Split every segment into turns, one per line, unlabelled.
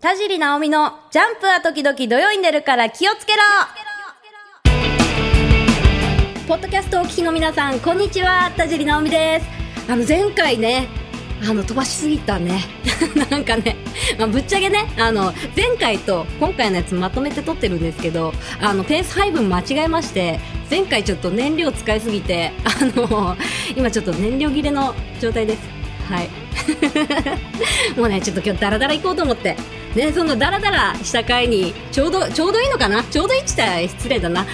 田尻直美のジャンプは時々土曜に出るから気をつけろポッドキャストをお聞きの皆さんこんにちは田尻直美ですあの前回ねあの飛ばしすぎたね なんかね、まあ、ぶっちゃけねあの前回と今回のやつまとめて撮ってるんですけどあのペース配分間違えまして前回ちょっと燃料使いすぎてあの今ちょっと燃料切れの状態ですはいもうねちょっと今日ダラダラ行こうと思ってねそのダラダラした回にちょうどちょうどいいのかなちょうどいいって言ったら失礼だな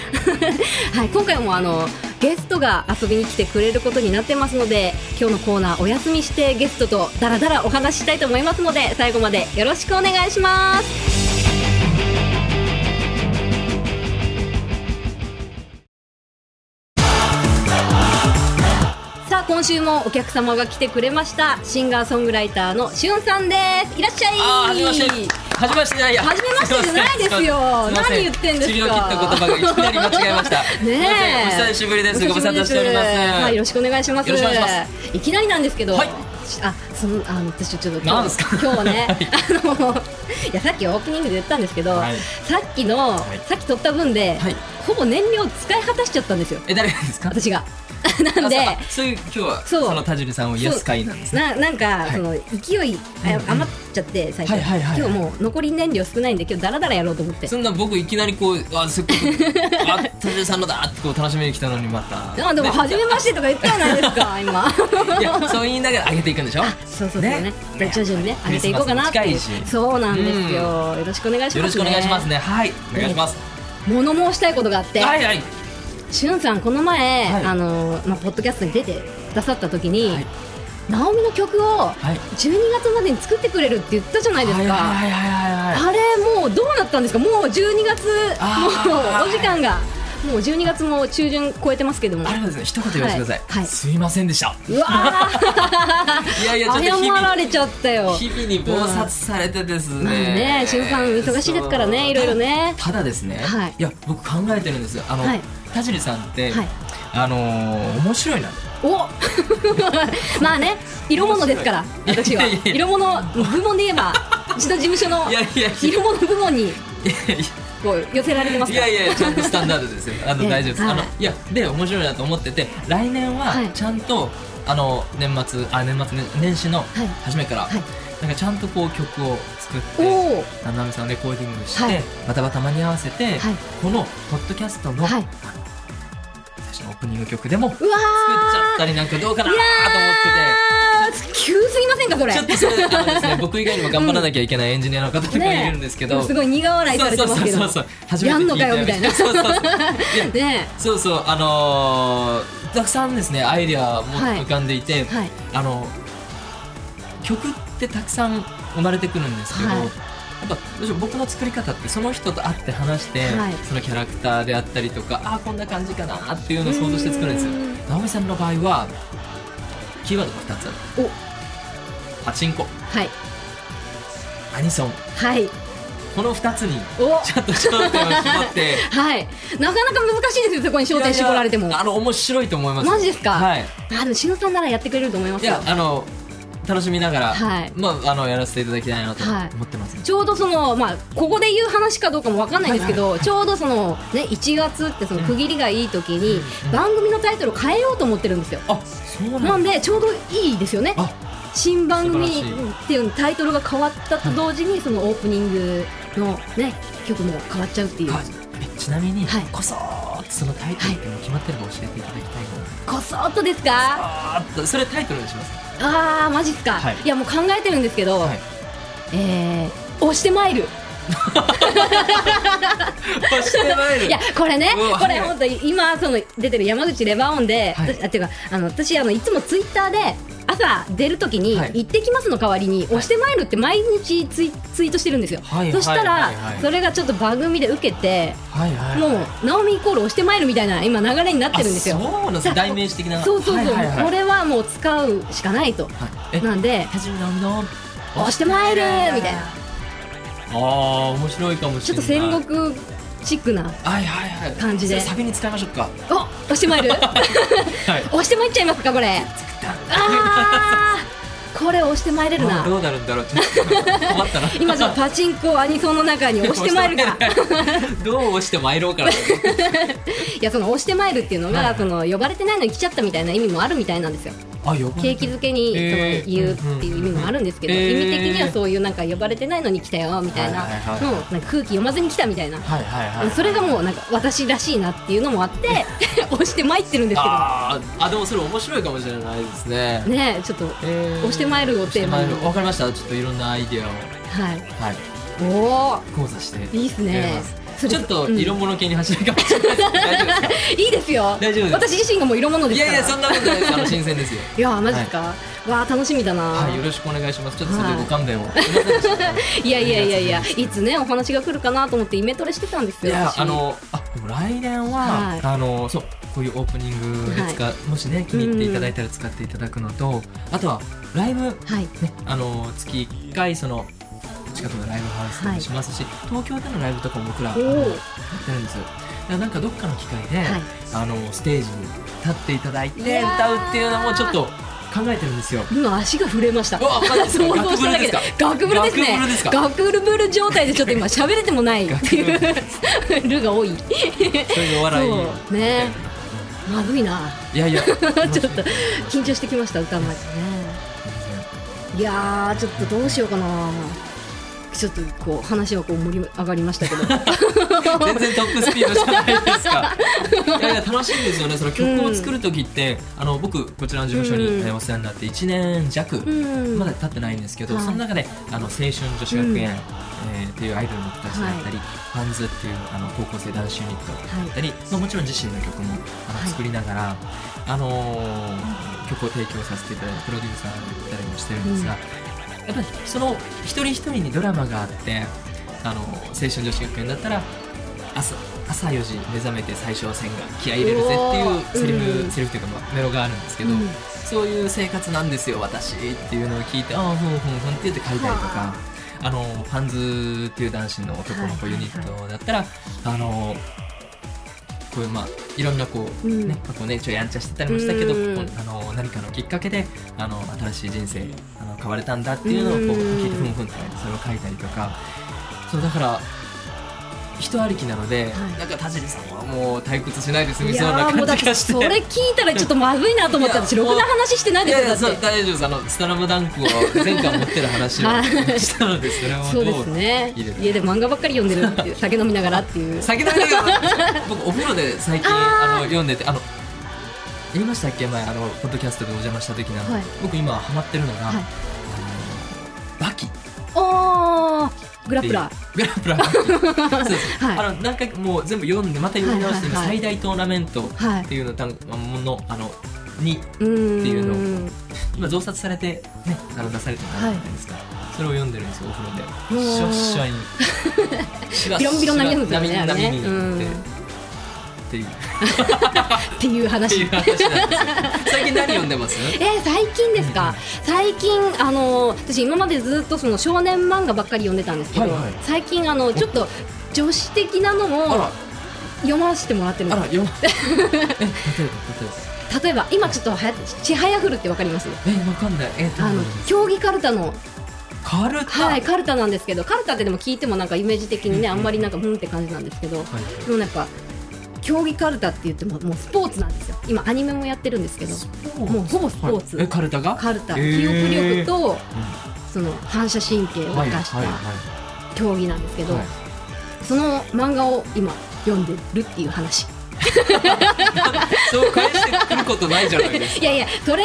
はい今回もあのゲストが遊びに来てくれることになってますので今日のコーナーお休みしてゲストとダラダラお話ししたいと思いますので最後までよろしくお願いしますさあ今週もお客様が来てくれましたシンガーソングライターのしゅんさんですいらっしゃい
あー、はじめまして。はじめまして、いやいや。
初めましてじゃないですよ
すいません
何言ってんですか
唇を切った言葉がいきなり間違えました。すいま
ね
せ
え
んお久しぶりです。ご無沙汰しております。
はい、よろしくお願いします。
よろしくお願いし
いきなりなんですけど、
はい
あ、そのあの私ちょっと今
な
日
んですか
今日はね、
はい
あのいやさっきオープニングで言ったんですけど、
はい
さっきの、
い
さっき取った分で、
はい
ほぼ燃料使い果たしちゃったんですよ。
え、誰ですか。
私が。 なんで。
あそういう今日は
そう
その田尻さんを癒す会なんですね。
ななんか、
い
その勢いあ余っちゃって最初、
はいはいはい
今日もう残り燃料少ないんで今日ダラダラやろうと思って
そんな僕いきなりこうあすっごくあ田尻さんのだってこう楽しみに来たのにまた。
あでも
ね
初めましてとか言ったじゃないです か今
いやそう言いながら上げていくんでしょ。
そうそうそうね
ね
じゃあ徐々にね上げていこうかなっていう
クリスマスも近いし
そうなんですよ、よろしくお願いします、ね、
よろしくお願いしますね。はい。お願いします。
物申したいことがあって、
はいはい。
しゅんさんこの前、
はい
あのまあ、ポッドキャストに出てくださった時に、
はい
ナオミの曲を
はい
12月までに作ってくれるって言ったじゃないですか、
はいはいはいはい。
あれもうどうなったんですかもう12月
あー
もうお時間がもう12月も中旬超えてますけども
あれはですね一言言わせてください。
はいはい
すいませんでした。
うわー
いやいやちょっと日々
謝られちゃったよ
日々に忙殺されてですね。
まあねしゅんさん忙しいですからね
そう
いろいろね
ただですね、
はい
い、や僕考えてるんですよ。あの、
はい
田尻さんって、
はい
あのー面白いな。
お まあね色物ですから
面白
私
い
はい
やいやいや
色物部門で言えばうちの事務所の
いやいやいや
色物部門にこう寄せられてます
い
から
やいやいやちゃんとスタンダード ですよ。あ
ええ
の大丈夫です。あの
はい
いやで面白いなと思ってて来年
はい
はちゃんと、あの年末あ年末ね年始の
い
初めから、
はい
なんかちゃんとこう曲を作っ
お
て
ー
田辺さんレコーディングして、
はい
またまた間に合わせて、
はい
このポッドキャストの、
は
最
い
初のオープニング曲でも作っ
うわ
ちゃっ
ー
たりなんかどうかなー
い
と
や
思ってて。
ー急すぎませんかそれ
ちょっとそれあのですね、僕以外にも頑張らなきゃいけないエンジニアの方とか
ねえ
いるんですけど、
すごい苦笑いされてますけど
そうそうそうそう初めて
や
聞
ん
い
の
た
かよみたいな
そうそうそういや
ね
そうそうあのーたくさんですねアイデアも
はい
浮かんでいて、
はい
あの曲ってたくさん生まれてくるんですけど、
はい
やっぱどうしても僕の作り方ってその人と会って話して、
はい
そのキャラクターであったりとかああこんな感じかなっていうのを想像して作るんですよ
うん
直美さんの場合はキーワードが2つある
お
パチンコ
はい
アニソン
はい
この2つに
お
ちょっと焦点を絞って
はいなかなか難しいですよそこに焦点絞られても
いやいやあの面白いと思います
マジですか
はい
あでもしのさんならやってくれると思いま
い
すよ
やあの楽しみながら、
はい
まああのやらせていただきたいなと
はい
思ってます、
ちょうどその、まあ、ここで言う話かどうかもわかんないんですけど、ちょうどその、ね、1月ってその区切りがいい時に、番組のタイトルを変えようと思ってるんですよ。
あそうなんだ
なんで、ちょうどいいですよね。
あ
新番組
素晴ら
っていうタイトルが変わったと同時に、そのオープニングのね、曲も変わっちゃうっていう。
はいえちなみに、
はい
こそーっとそのタイトルってもう決まってれば教えていただきたいな、
こそっとですか
あーっとそれタイトルにします
あー、マジっすか、
はい
い。や、もう考えてるんですけど、
はい
えー、押してまいる。
押してまいる
いやこれね
うわ
これ
はい
本当に今その出てる山口レバーオンで、
はい
私あっていうかあの私あのいつもツイッターで朝出るときに
はい
「行ってきます」の代わりに「押してまいる」って毎日ツイツイートしてるんですよ、
はい
そしたら、
はいはいはい
それがちょっと番組で受けて
はいはい
もう「ナオミイコール押してまいる」みたいな今流れになってるんですよ
あそうなんです
さ
ね代名詞的な
そうそうそう、
はいはいはい
これはもう使うしかないと、
はいえ
なんで
田尻直美の
「押してまいる」みたいな
あー面白いかもし
ちょっ
れな
と
い
戦国チックな
はいはいはい
感じで
それサビに使いましょうか
「お 押してまいる」
はい
押してまいっちゃいますかこれああこれ押してまいれる
あ
な
どうなるんだろうちょっと困ったな
今ちょっとパチンコアニソンの中に押してまいるから
どう押して参ろうかな
いやその押してまいるっていうのが、
はい
その呼ばれてないのに来ちゃったみたいな意味も あるみたいなんですよ
あよく
景気づけにその
えー
言うっていう意味もあるんですけど、
うんうんうん
意味的にはそういうなんか呼ばれてないのに来たよみたいな
はいはいはい
のをなんか空気読まずに来たみたいな、
はいはいはい
それがもうなんか私らしいなっていうのもあって 押して参ってるんですけど
あーあでもそれ面白いかもしれないですね
ねえちょっと、
えー
押してまいるを
押して
テーマ
まい
に
るわかりましたちょっといろんなアイディアを
はい
はい
お
交差して
いいっすね
やります
それ
ちょっと色物系に走るかもしれな いですけど大丈夫ですか
ーいいですよ
大丈夫です
私自身がもう色物で
い
すか
や
ら
いやそんなことないですあの新鮮ですよ
いやーマジか、わあ楽しみだな、
はいよろしくお願いしますちょっとそれで
はい
ご勘弁をすいませんでした
いやいやいやいやいつねお話が来るかなと思ってイメトレしてたんです
い
よ
や
私
あのあでも来年は、
はい
あのそうこういうオープニングで使、もしね気に入っていただいたら使っていただくのと、あとはライブ
はい
ねあの月1回その近くのライブハウスでもしますし、東京でのライブとかも僕らあ
お
の
ー
やってるんですよだからなんかどっかの機会で、
はい
あのステージに立っていただいて
いやー
歌うっていうのもちょっと考えてるんで すよ
今足が震えました
うわマジですか
想像しただけでガクブルですね
ガクブルですか
ガクブル状態でちょっと今喋れてもないってい
ガ
う ルが多い
そういうお笑い
そうねまぶいな
いやいやちょっ
ちょ
と
っと緊張してきました歌う前でねいやーちょっとどうしようかなちょっとこう話はこう盛り上がりましたけど
全然トップスピードじゃないです かいやいや楽しいんですよねその曲を作る時って、あの僕こちらの事務所に、
うん
お世話になって1年弱、
うん
まだ経ってないんですけど、
はい
その中であの青春女子学園、
うん
えーっていうアイドルの子たちだったり、ファンズっていうあの高校生男子ユニットだったり、まあ、もちろん自身の曲もあの
はい
作りながら、あのー曲を提供させていただいてプロデューサーだったりもしてるんですが、やっぱりその一人一人にドラマがあってあの青春女子学園だったら朝朝4時目覚めて最初は線が気合い入れるぜっていうセリフ、
おーうん
セリフというか、まあ、メロがあるんですけど、
うん
そういう生活なんですよ私っていうのを聞いてああふんふんふんって言って書いたりと
は
かあのパンズっていう男子の男の子
はいはい
ユ
はい
ニットだったらあのこういうまあいろんなこう、
うん
ね過去ねちょやんちゃしてたりもしたけど、
うん
こうあの何かのきっかけであの新しい人生あの変われたんだっていうのをこう
うん
聞いてふんふんってそれを書いたりとかそうだから人ありきなの
は
で、
い
なんか田尻さんはもう退屈しないで済
い
みそう
や
な
ーもうだっ
感じが
て
して
それ聞いたらちょっとまずいなと思って
いや
私ろくな話してない
い
で
やいや
す
そ
よ
う
だって
大丈夫ですあの「スタラムダンクを前回持ってる話を
はい
したのでそれはも
そうですね
入れる
家で漫画ばっかり読んでるっていう酒飲みながらっていう
先の映画僕お風呂で最近
あー
あの読んでてあの言いましたっけ前あのポッドキャストでお邪魔した時な、
はい
僕今ハマってるのが、
はい
あのバキっていう
おーグラップラー
グラプ ラそうそう
はい
あの何回かもう全部読んでまた読み直して、
はいはいはい
今最大トーナメントっ
はい
ていうの単ものあのに
うーん
っていう今増刷されてねあの出されてるのあるじゃないですか、それを読んでるんですよお風呂
う
で
ん
しょっしょにしわ
ビロンビロンなりますよね
しわ波
あれね
に波に行って
うん
っていうっ
っていう
てい
話
う話なんですよ最近何読んでます
えー最近ですか、最近、あのー私、今までずっとその少年漫画ばっかり読んでたんですけど、
はいはい
最近、あのちょっと女子的なの
あ
も
ら
読ませてもらってるん
あ
で
ら
す
読まえ例えば例え
例えば、今ちょっとはやちはやふるってわかります
ばえわかんないえど
あ
うな
の
んです
競技かるたの、
かカルタ
はい、
は
かるたなんですけど、かるたってでも聞いてもなんかイメージ的にね、
う
あ
ん
んまりなんかふんって感じなんですけど、でもなんか、競技かるたって言っても、もうスポーツなんですよ、今、アニメもやってるんですけど、
い
もうほぼスポーツ
はいえカルタが
かるた、
へー
記憶力と
う
その反射神経を
ん
生かした
はいはい
競技なんですけど。
はい
その漫画を今読んでるっていう話
そう返してくることないじゃないですか
いやいやそれ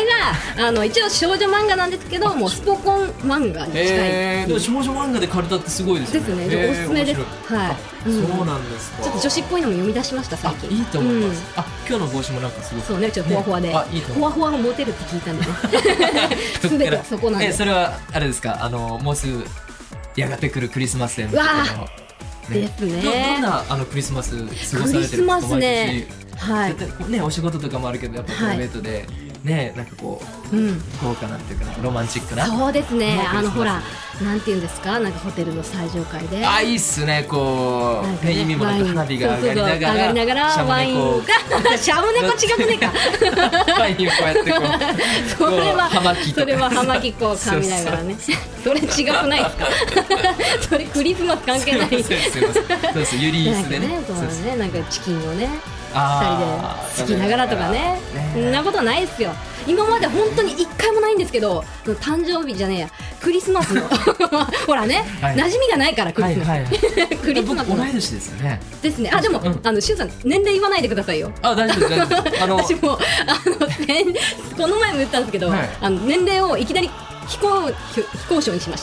があの一応少女漫画なんですけどもうスポコン漫画に近い
えー、でも少女漫画でカルタってすごいです
で
よ
す
ね
ね、で
えー
おすすめです
面白い
は
あ
い、うん
そうなんですか
ちょっと女子っぽいのも読み出しました最
あ
近
いいと思います、
うん
あ今日の帽子もなんかすごく
そうねちょっとほわほわで、
ねあいいと思います
ほわほわがモテるって聞いたん でね全てがそこなんで
えそれはあれですかあのもうすぐやがて来るクリスマスへ向けて
わ
のね
ですね
どどんなあのクリスマス過ごされてるんですか
クリスマスね
毎年
はい
絶対こうねお仕事とかもあるけどやっぱプライベートで、ねなんかこ
う
う
ん、
豪華なっていうかロマンチックな
そうですね
ね
あのほらなんていうんですかなんかホテルの最上階で
あいいっすねこ
なん
う
かね
ね意味もなく花火が
ワイン
上が
そうそ
りな
う上がりな
が
が
ら
らワイン
こう
が シャム猫違くねえか
ワインをこうやってこ
それは
こう葉巻とか
それは葉巻こう噛みながらねそれ違くないですか それクリスマス関
う
係ない
そうそうそうそうユリー
なん
ス
か
で
ね
ね
そ
そうう
だ
そう
ねなんかチキンをね
あ
二
ー
人で好きながらとかね
ね
そんなことないですよ今まで本当に一回もないんですけど誕生日じゃねえやクリスマスの ほらね、
はい
馴染みがないからク
は
リ
い
スマス、
はい
クリスマス
僕同
の
い年ですよね
ですねあでも、
うん
あのしゅんさん年齢言わないでくださいよ
あ大丈夫です大丈夫 ですあの
私もあの、ね、この前も言ったんですけど、
はい
あの年齢をいきなり非公非非公表にしまし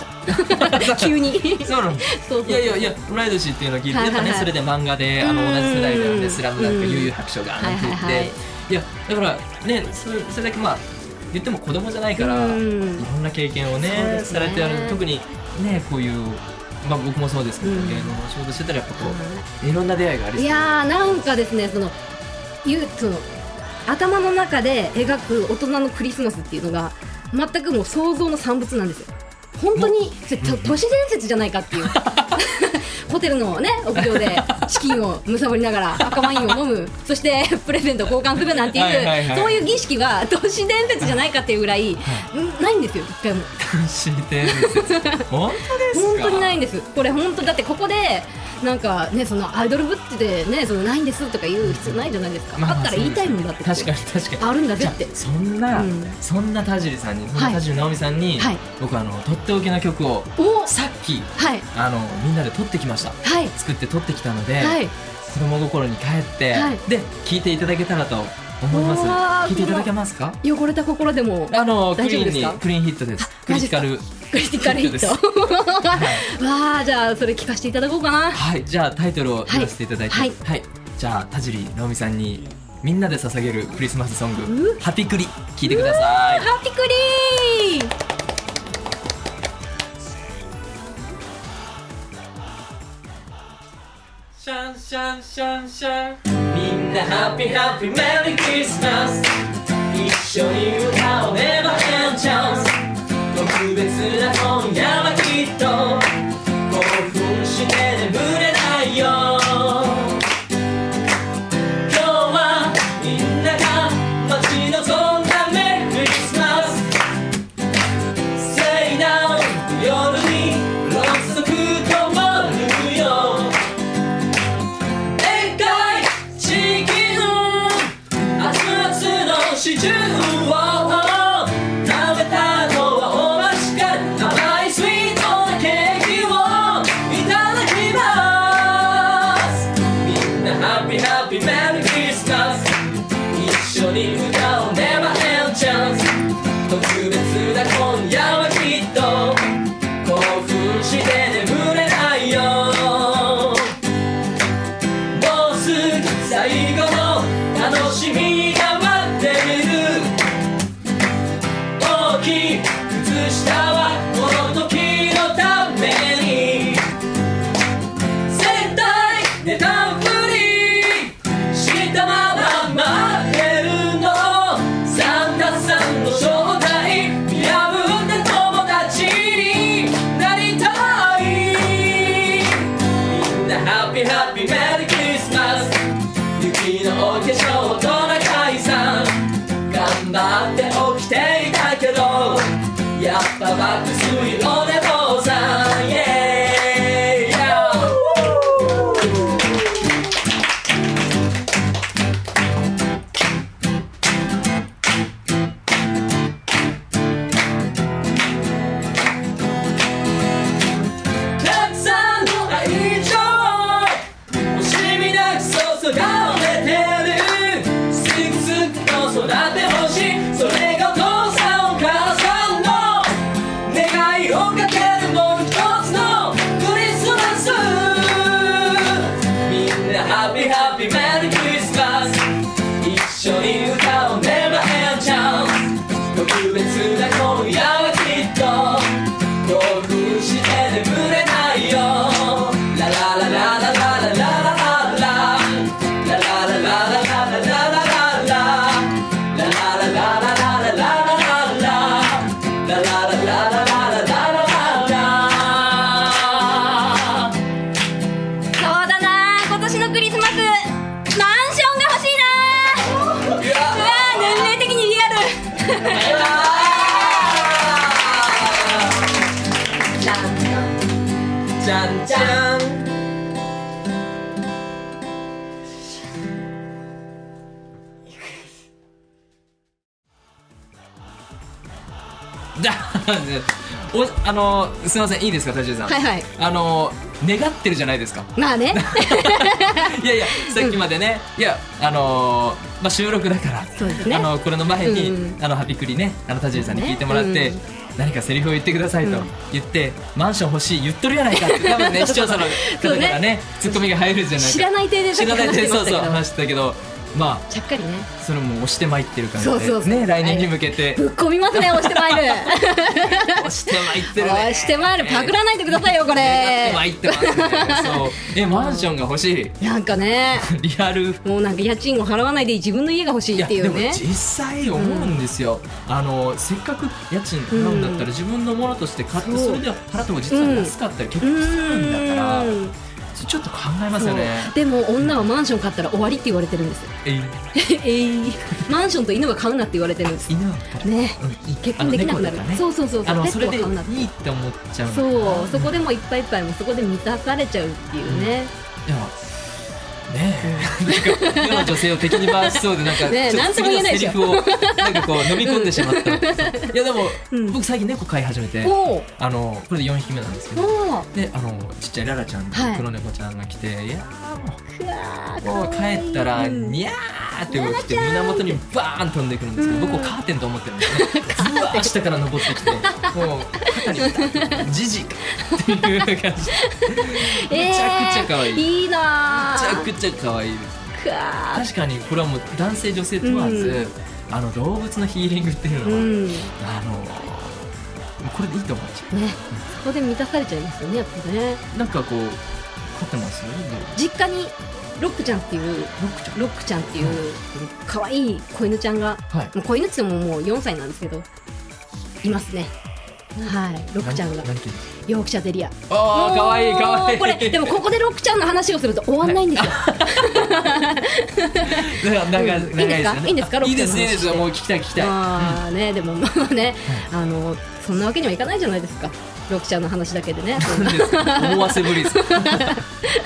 た 急に
そうなんです
そうそう
いやいやいや同い年っていうのを聞いて
は
や
い
っ
はいは
ぱ
い
ねそれで漫画であの
うん
同じ世代なので「スラムダンク
うん
悠々白書がなんて言っ
はいはいはい
ていやだからねそれそれだけまあ言っても子供じゃないから
う
い
ん
ろんな経験を
そう
ね
ですね
されてある特にねこういうまあ僕もそうですけど
うん
芸能の仕事してたらやっぱこういろんな出会いがあり
いやーなんかですねそのゆその頭の中で描く大人のクリスマスっていうのが全くもう想像の産物なんですよ本当にそれと都市伝説じゃないか っていうホテルのね屋上でチキンを貪りながら赤ワインを飲むそしてプレゼント交換するなんていう
はいはいはい
そういう儀式は都市伝説じゃないかっていうぐらい、んないんですよ一回も
知ってる本当ですか
本当にないんですこれ本当だってここでなんかねそのアイドルぶっててねそのないんですとか言う必要ないじゃないですか、
ま
あ、ったら言いたいもんだって
確かに確かに
あるんだぜ
じゃ
っ
あ
て
そんな、
うん
そんな田尻さんにそ
は
んない田尻直美さんに、
はい
僕あのとっておきの曲を
お
さっき
はい
あのみんなで撮ってきました
はい
作って撮ってきたので、
はい
子供心に帰って、
はい
で聞いていただけたらと思います
うわー
聞いていただけますか
汚れた心でも
あのク
大
リ
丈夫
ーン
ですか
にクリーンヒットですクリティカル
クリティカルヒ ット わあじゃあそれ聞かせていただこうかな
はいじゃあタイトルを言わせていただいて
は
はいい、じゃあ田尻直美さんにみんなで捧げるクリスマスソン
う
グ「ハピクリ」聞いてください
ハッピークリーン
シャンシャンシャンシャンみんなハッピーハッピーメリークリスマス一緒に歌おう Never End Chance 特別な今夜はきっと興奮して眠れないよ今日はみんなが待ち望んだメリークリスマス Say now 夜にろうそく灯るよ宴会チキン熱々のシチューを食べたのはお待ちかね甘いスイートなケーキをいただきますみんなハッピーハッピーメリークリスマス一緒に歌おう Never End Chance 特別な今夜はきっと興奮して眠れないよもうすぐ最後の楽しみが待っている大きい靴下はこの時のために絶対ネタ振りしたまま待ってるのサンタさんの正体見破って友達になりたいみんなハッピーハッピーメリークリスマス雪のお化粧トナカイさん頑張って起きていたけどやっぱ爆睡お寝坊さんイエーイヤーたくさんの愛情欲しいゃん だおあのすみませんいいですか田中さん、
はいはい
あの願ってるじゃないですか
まあね
いやいやさっきまでね、いやあのーまあ収録だから
そうですね
あのこれの前に、
うん
あのハピクリねあの田尻さんに聞いてもらって、
ね
何かセリフを言ってくださいと
うん
言って、マンション欲しい言っとるやないかって 多分ね視聴者の
そう
方
ね
からねツッコミが入るじゃないか
知らない程度
知らない
程
で
度
そうそう話してたけどま
ちゃっかりね
あそれも押してまいってる感じで
そうそうそう
ね来年に向けて
ぶっ込みますね押して まいる
押してまいってるね
押してまいるパクらないでくださいよこ
願って
れ
まいってますねそうえマンションが欲しい
なんかね
リアル
もうなんか家賃を払わないで自分の家が欲しいっていう
いや
ね
でも実際思うんですよ、あのせっかく家賃払うんだったら自分のものとして買って、
そう
それで払っても実は安かったり結
う
構するんだから、
ーん
それちょっと考えますよね
そうでも女はマンション買ったら終わりって言われてるんですよ
えい
えいマンションと犬は買うなって言われてるんです
犬は買う
ね
うんいい
結婚できなくなる
あの猫だからね
そうそうそう
あ
そう
の
ペ
そ
ット
れ
は
で
買うなって
いいって思っちゃうの
そうそこ
で
でもういっぱいいっぱいもうそこで満たされちゃうっていうね、
いやねえ、なんか世の女性を敵に回しそうでなんか、
ねえ
ちょっ
なんとも言えないでしょ
次のセリフをなんかこう飲み込んでしまった、いやでも、
うん
僕最近猫飼い始めて
おう
あのこれで4匹目なんですけど
おう
であのちっちゃいララちゃん、
はい
黒猫ちゃんが来ていやーも
ふわー
うもう
かわいい
帰ったら
うん
にゃーって動きて胸元にバーン飛んでくるんですけど、
うん
僕はカーテンと思ってるんですねずわー下から登ってきてもう肩にジジかっていう感じめちゃくちゃ可愛い、め
いいな
ちゃ
ー
くちゃ可愛いです
くわ
確かにこれはもう男性女性問わず、あの動物のヒーリングっていう
ー
のは、
うんね
あのこれでいいと思っちゃ
そこで満たされちゃいますよねやっぱね
うなんかこう飼ってますよね
実家にロックちゃんっていう
ロックちゃん
ロックちゃんっていう可愛い子犬ちゃんが
はい
もう子犬って言ってももう4歳なんですけどいますねはいロックちゃんが
何何て言うんですか
ヨークシャテリア
ああ、かわいい、かわいい。
これでもここでロックちゃんの話をすると終わんないんですよ、うん
なんか、 長い長いですよね。
いいんですか
あいいです、
ロックの話
いいです、もう聞きたい、聞きたい。
まあねでもまあね、あのそんなわけにはいかないじゃないですかロックちゃんの話だけでね
うんいい です思わせぶりです。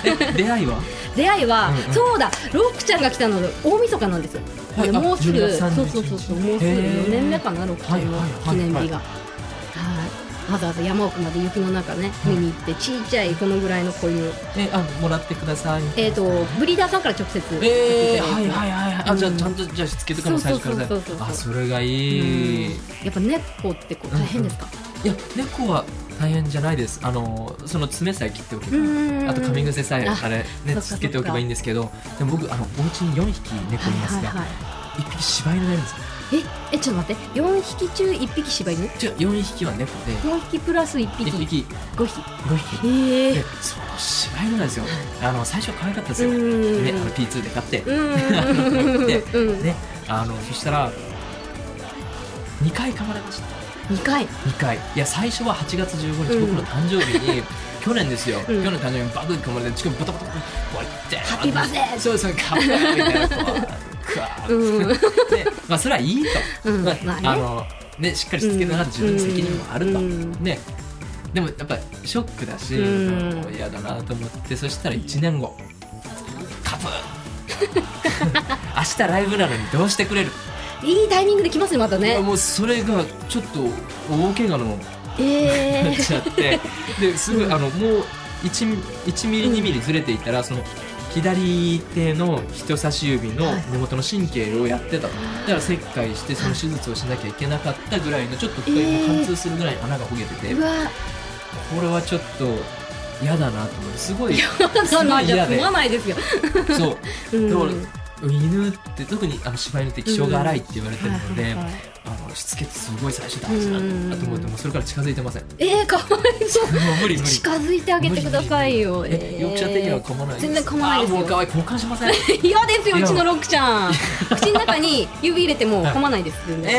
え出会いは。
出会いは、
うんうん
そうだロックちゃんが来たの大晦日なんですよ、
はい
で
あ
もうすぐ
12
そ
月
う
31
そうそうそうもうすぐ
へー
4年目かなロックちゃんの
はいはいは
記
い
念日がはいわざわざ山奥まで雪の中ね見に行ってちいちゃいこのぐらいの子犬
え、あ、もらってください。
えっ、とブリーダーさんから直接
えー、
送っ
は
て
い
いただいて
はいはいはい。
う
あ、
ん
じゃあ、ちゃんと、じゃあ、しつけとかも最初から
そう
さ
そうそう。そう
あ、それが
うん
いい。
やっぱ猫ってこう大変ですか、
いや、猫は大変じゃないです。あの、その爪さえ切っておけば。
うん
あと、噛み癖さえ、
あ
あれ、
そっ
ね、
か
つけておけばいいんですけど。でも、僕、あの、お家に四匹猫
はい
ます
いはいは
が
い。
一匹柴犬がいるんですよ。
ええちょっと待って4匹中1匹柴犬
じゃ、四匹は猫で。
4匹プラス1
一
匹
匹、
5匹
五匹。
ええ
でその柴犬なんですよあの最初可愛かったんです
う
よ、ね、
ん
あの P2 で買って、
うん
で
うん
ねあのそしたら2回噛まれました
2回
2回いや最初は8月15日、
うん
僕の誕生 日に去年ですよ、
うん
去年の誕生日にバグって噛まれてしかもバタバタバタこうやって
ハッピーバースデー
そうそうカッパーみたいなこ うクワー
うん
でまあそれはいいと、
うん
まあ
まあね
あのねしっかりしつけながら自分の責任もあると、
うん
ねでもやっぱショックだし
うん
もう嫌だなと思ってそしたら1年後カプー ン明日ライブなのにどうしてくれる、
いいタイミングで来ますねまたね
もうそれがちょっと大怪我の
え
な
え
っちゃってですごいあのもう 1, 1ミリ2ミリずれていたらその左手の人差し指の
はい
根元の神経をやってたのだから切開してその手術をしなきゃいけなかったぐらいのちょっと深い
えー
もう貫通するぐらい穴がほげてて
う
こ
わ
れはちょっと嫌だなと思ってすごい
そんなのじゃ
すごい嫌で
済まないですよ
そう
うん
だから犬って特にあの柴犬って気性が荒いって言われてるの
は
で
いはいはい
あのしつけってすごい最初大事なんだなと思ってもうそれから近づいてませんも
ええかわいそう
う無理無理
近づいてあげてくださいよ
無理無理無理え、ヨークシャーテリアは噛まないです。
全然噛まないです
あーもう可
よ
愛い交換しません。
嫌ですよう
いや
ちのロックちゃん口の中に指入れても
はい
噛まないです全然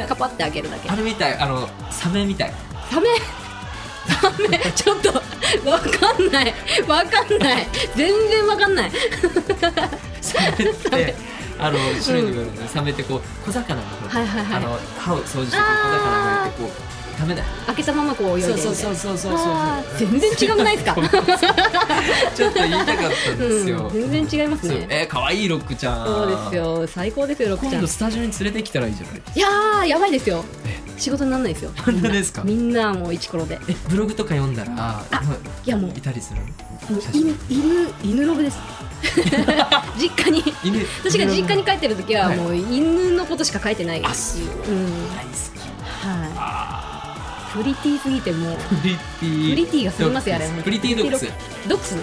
え
カパってあげるだけ
あれみたい、あのサメみたい。
ダメダメちょっとわかんないわかんない全然わかんない
サメってあの種類にもよるんで、サメってこう小魚の、
はいはいはい
あの歯を掃除してくれる小魚の上ってこうダメだよ
開けたままこう泳いでる
そ
み
う
たいな
そうそうそうそう
あー
そう
全然違くないですか
ちょっと言いたかったんですよ、
うん全然違います
そう
ね
えー、可愛いロックちゃん
そうですよ最高ですよロックちゃ
今
ん
度スタジオに連れてきたらいいじゃない
いやーやばいですよ仕事になんないですよ
本当ですか
みんなもう一コロで
えブログとか読んだらもう
いやもう
いたりする
もう
写真
犬犬犬ロブです実家に
犬
私が実家に帰ってる時は
はい
もう犬のことしか書いてない
あ
です
そう
うん
大好
はいプリティすぎてもう
きプリティ
プリティがすぎますよあれ
ドッグスプリティドッグス
ドックス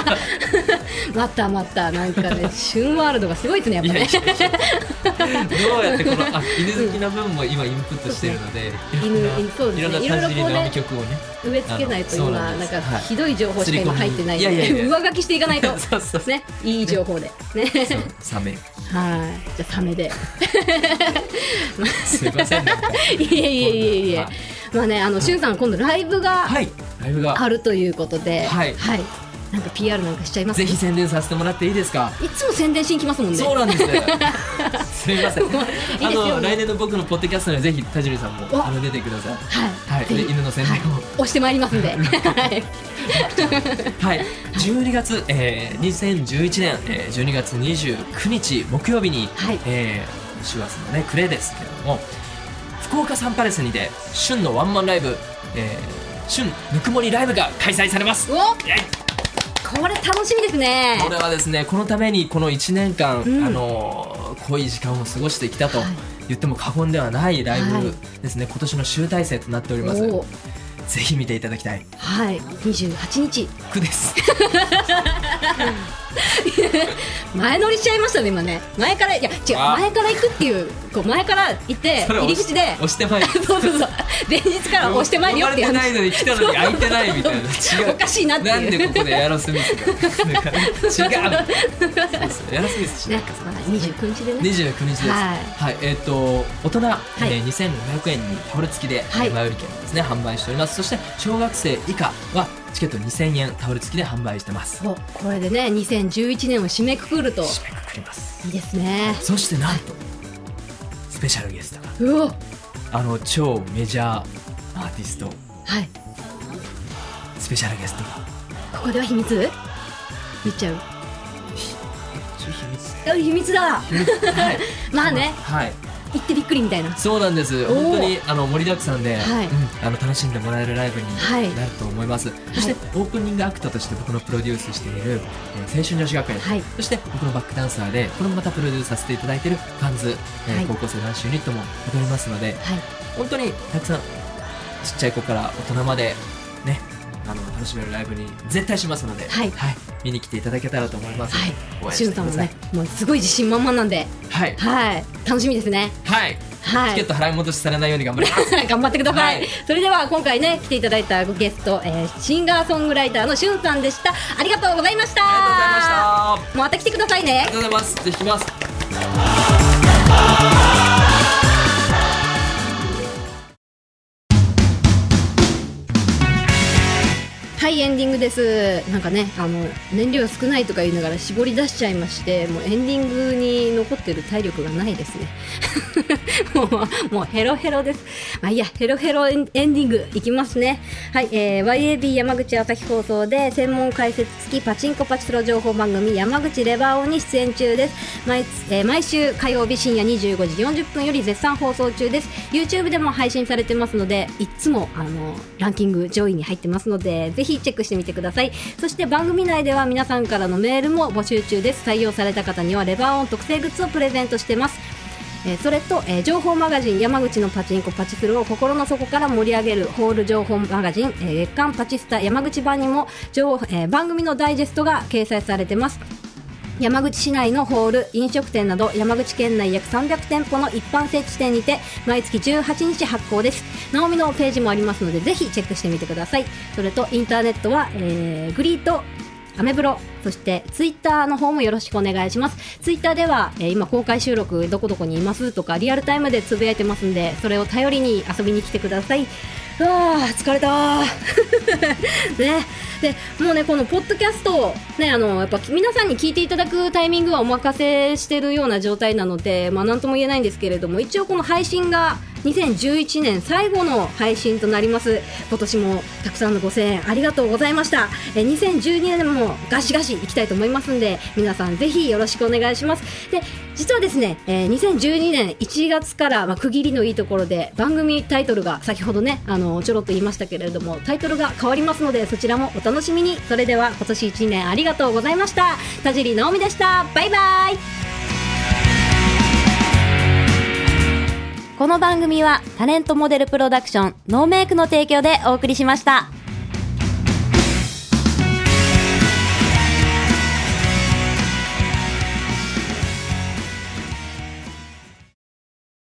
またまたなんか ね旬ワールドがすごいですねやっ
い
ぱ
やいや
ね
いやどうやってこのあ犬好きな分も今インプットしてるので
犬
いろんな
犬そうですね
いろんな
いろいろ
感じに
こうね
の曲をね
植え付けないと今
あのそう
な
なんんです
か
はい
ひどい情報しか今入ってないんで
刷り込みいやいやいや
上書きしていかないと
そうそう
ねいい情報でね
そうサメ
はいじゃあサメで
すいませんなんか
いえいえいえいえ
は
まあねあのしゅんさん今度ライブが
はいライブが
あるということでは
はいい
なんか PR なんかしちゃいます
ぜひ宣伝させてもらっていいですか
いつも宣伝しに来ますもんね
そうなんです すいません
いいで
あ
すよ
の来年の僕のポッドキャストにはぜひ田尻さんも
お
あの出てください
は
はいい
ぜひ
で犬の宣伝
は
を
い押してまいりますんではい
はい、12月、えー、2011年、えー、12月29日木曜日に、
はい
えー、週明日のね暮れですけれども福岡サンパレスにて旬のワンマンライブ、えー、旬ぬくもりライブが開催されます
お
イエイ
これ楽しみですね
これはですねこのためにこの1年間、
ん
あのー濃い時間を過ごしてきたと
はい
言っても過言ではないライ
はい
ブですね、今年の集大成となっております
おー
ぜひ見ていただきたい
はい28日
句です
前乗りしちゃいましたね今ね前からいや違う
あ
前から行くっていうこう前から行って
それ
入り
押
口
し
で
押してまいり
そうそう そう前日から 押してまいるよっていう
呼ばれ
話
てないのに来たのに開いてないみたいな違う
おかしいなっていう
なんでここでエアロスミ スが違うそうそうエアロスミスしな
ね
いか
まあ29日でね
29日です
は
はいい、えっ、と大人、
い
えー2500円にタオル付きで、
はい
前売り券ですね販売しておりますそして小学生以下はチケット2000円タオル付きで販売してます
そうこれでね2011年を締めくくると
締めくくります
いいですね
そしてなんとスペシャルゲストが
うおは
あの超メジャーアーティスト
い
スペシャルゲストが
ここでは秘密言っちゃう
ちょっと秘密
あ秘密だ
はい
まあね
はい
行ってびっくりみたいな
そうなんです
おー
本当にあの盛りだくさんで、
はい
うんあの楽しんでもらえるライブに
はい
なると思います、そしてオープニングアクターとして僕のプロデュースしている、えー青春女子学園、
はい
そして僕のバックダンサーでこれもまたプロデュースさせていただいているファンズ、えー
はい
高校生男子ユニットも踊りますので
はい
本当にたくさんちっちゃい子から大人までねあの楽しめるライブに絶対しますので、
はい
見に来ていただけたらと思います、
は
応
い
援
しゅ
し
ん
てく
さんも
ださい
ねもうすごい自信満々なんで
はい
はい楽しみですね
はい
は
チ
い
ケット払い戻しされないように頑張ります。
頑張ってください、
はい
それでは今回ね来ていただいたゲスト、えーシンガーソングライターのしゅんさんでしたありがとうございました
あり
また来てくださいね
がとうございました。ありがとうございます。ぜひ来ます。
はいエンディングですなんかねあの燃料少ないとか言いながら絞り出しちゃいましてもうエンディングに残ってる体力がないですね もうもうヘロヘロですまあいいやヘロヘロエンエンディングいきますねはい、えー YAB 山口朝日放送で専門解説付きパチンコパチスロ情報番組山口レバーオに出演中です毎,、えー毎週火曜日深夜25時40分より絶賛放送中です YouTube でも配信されてますのでいつもあのランキング上位に入ってますのでぜひチェックしてみてくださいそして番組内では皆さんからのメールも募集中です採用された方にはレバーオン特製グッズをプレゼントしてますえーそれと、えー情報マガジン山口のパチンコパチスロを心の底から盛り上げるホール情報マガジン、えー月刊パチスタ山口版にも情、えー番組のダイジェストが掲載されてます山口市内のホール、飲食店など山口県内約300店舗の一般設置店にて毎月18日発行です。ナオミのページもありますのでぜひチェックしてみてください。それとインターネットは、えーグリートアメブロそしてツイッターの方もよろしくお願いしますツイッターでは、えー今公開収録どこどこにいますとかリアルタイムでつぶやいてますんでそれを頼りに遊びに来てくださいわあ疲れたーねでもうねこのポッドキャストをねあのやっぱ皆さんに聞いていただくタイミングはお任せしてるような状態なのでまあ何とも言えないんですけれども一応この配信が2011年最後の配信となります今年もたくさんのご声援ありがとうございましたえー2012年もガシガシいきたいと思いますんで皆さんぜひよろしくお願いしますで実はですね、えー2012年1月から、まあ、区切りのいいところで番組タイトルが先ほどねあのちょろっと言いましたけれどもタイトルが変わりますのでそちらもお楽しみにそれでは今年1年ありがとうございました田尻直美でしたバイバイこの番組はタレントモデルプロダクションノーメイクの提供でお送りしました。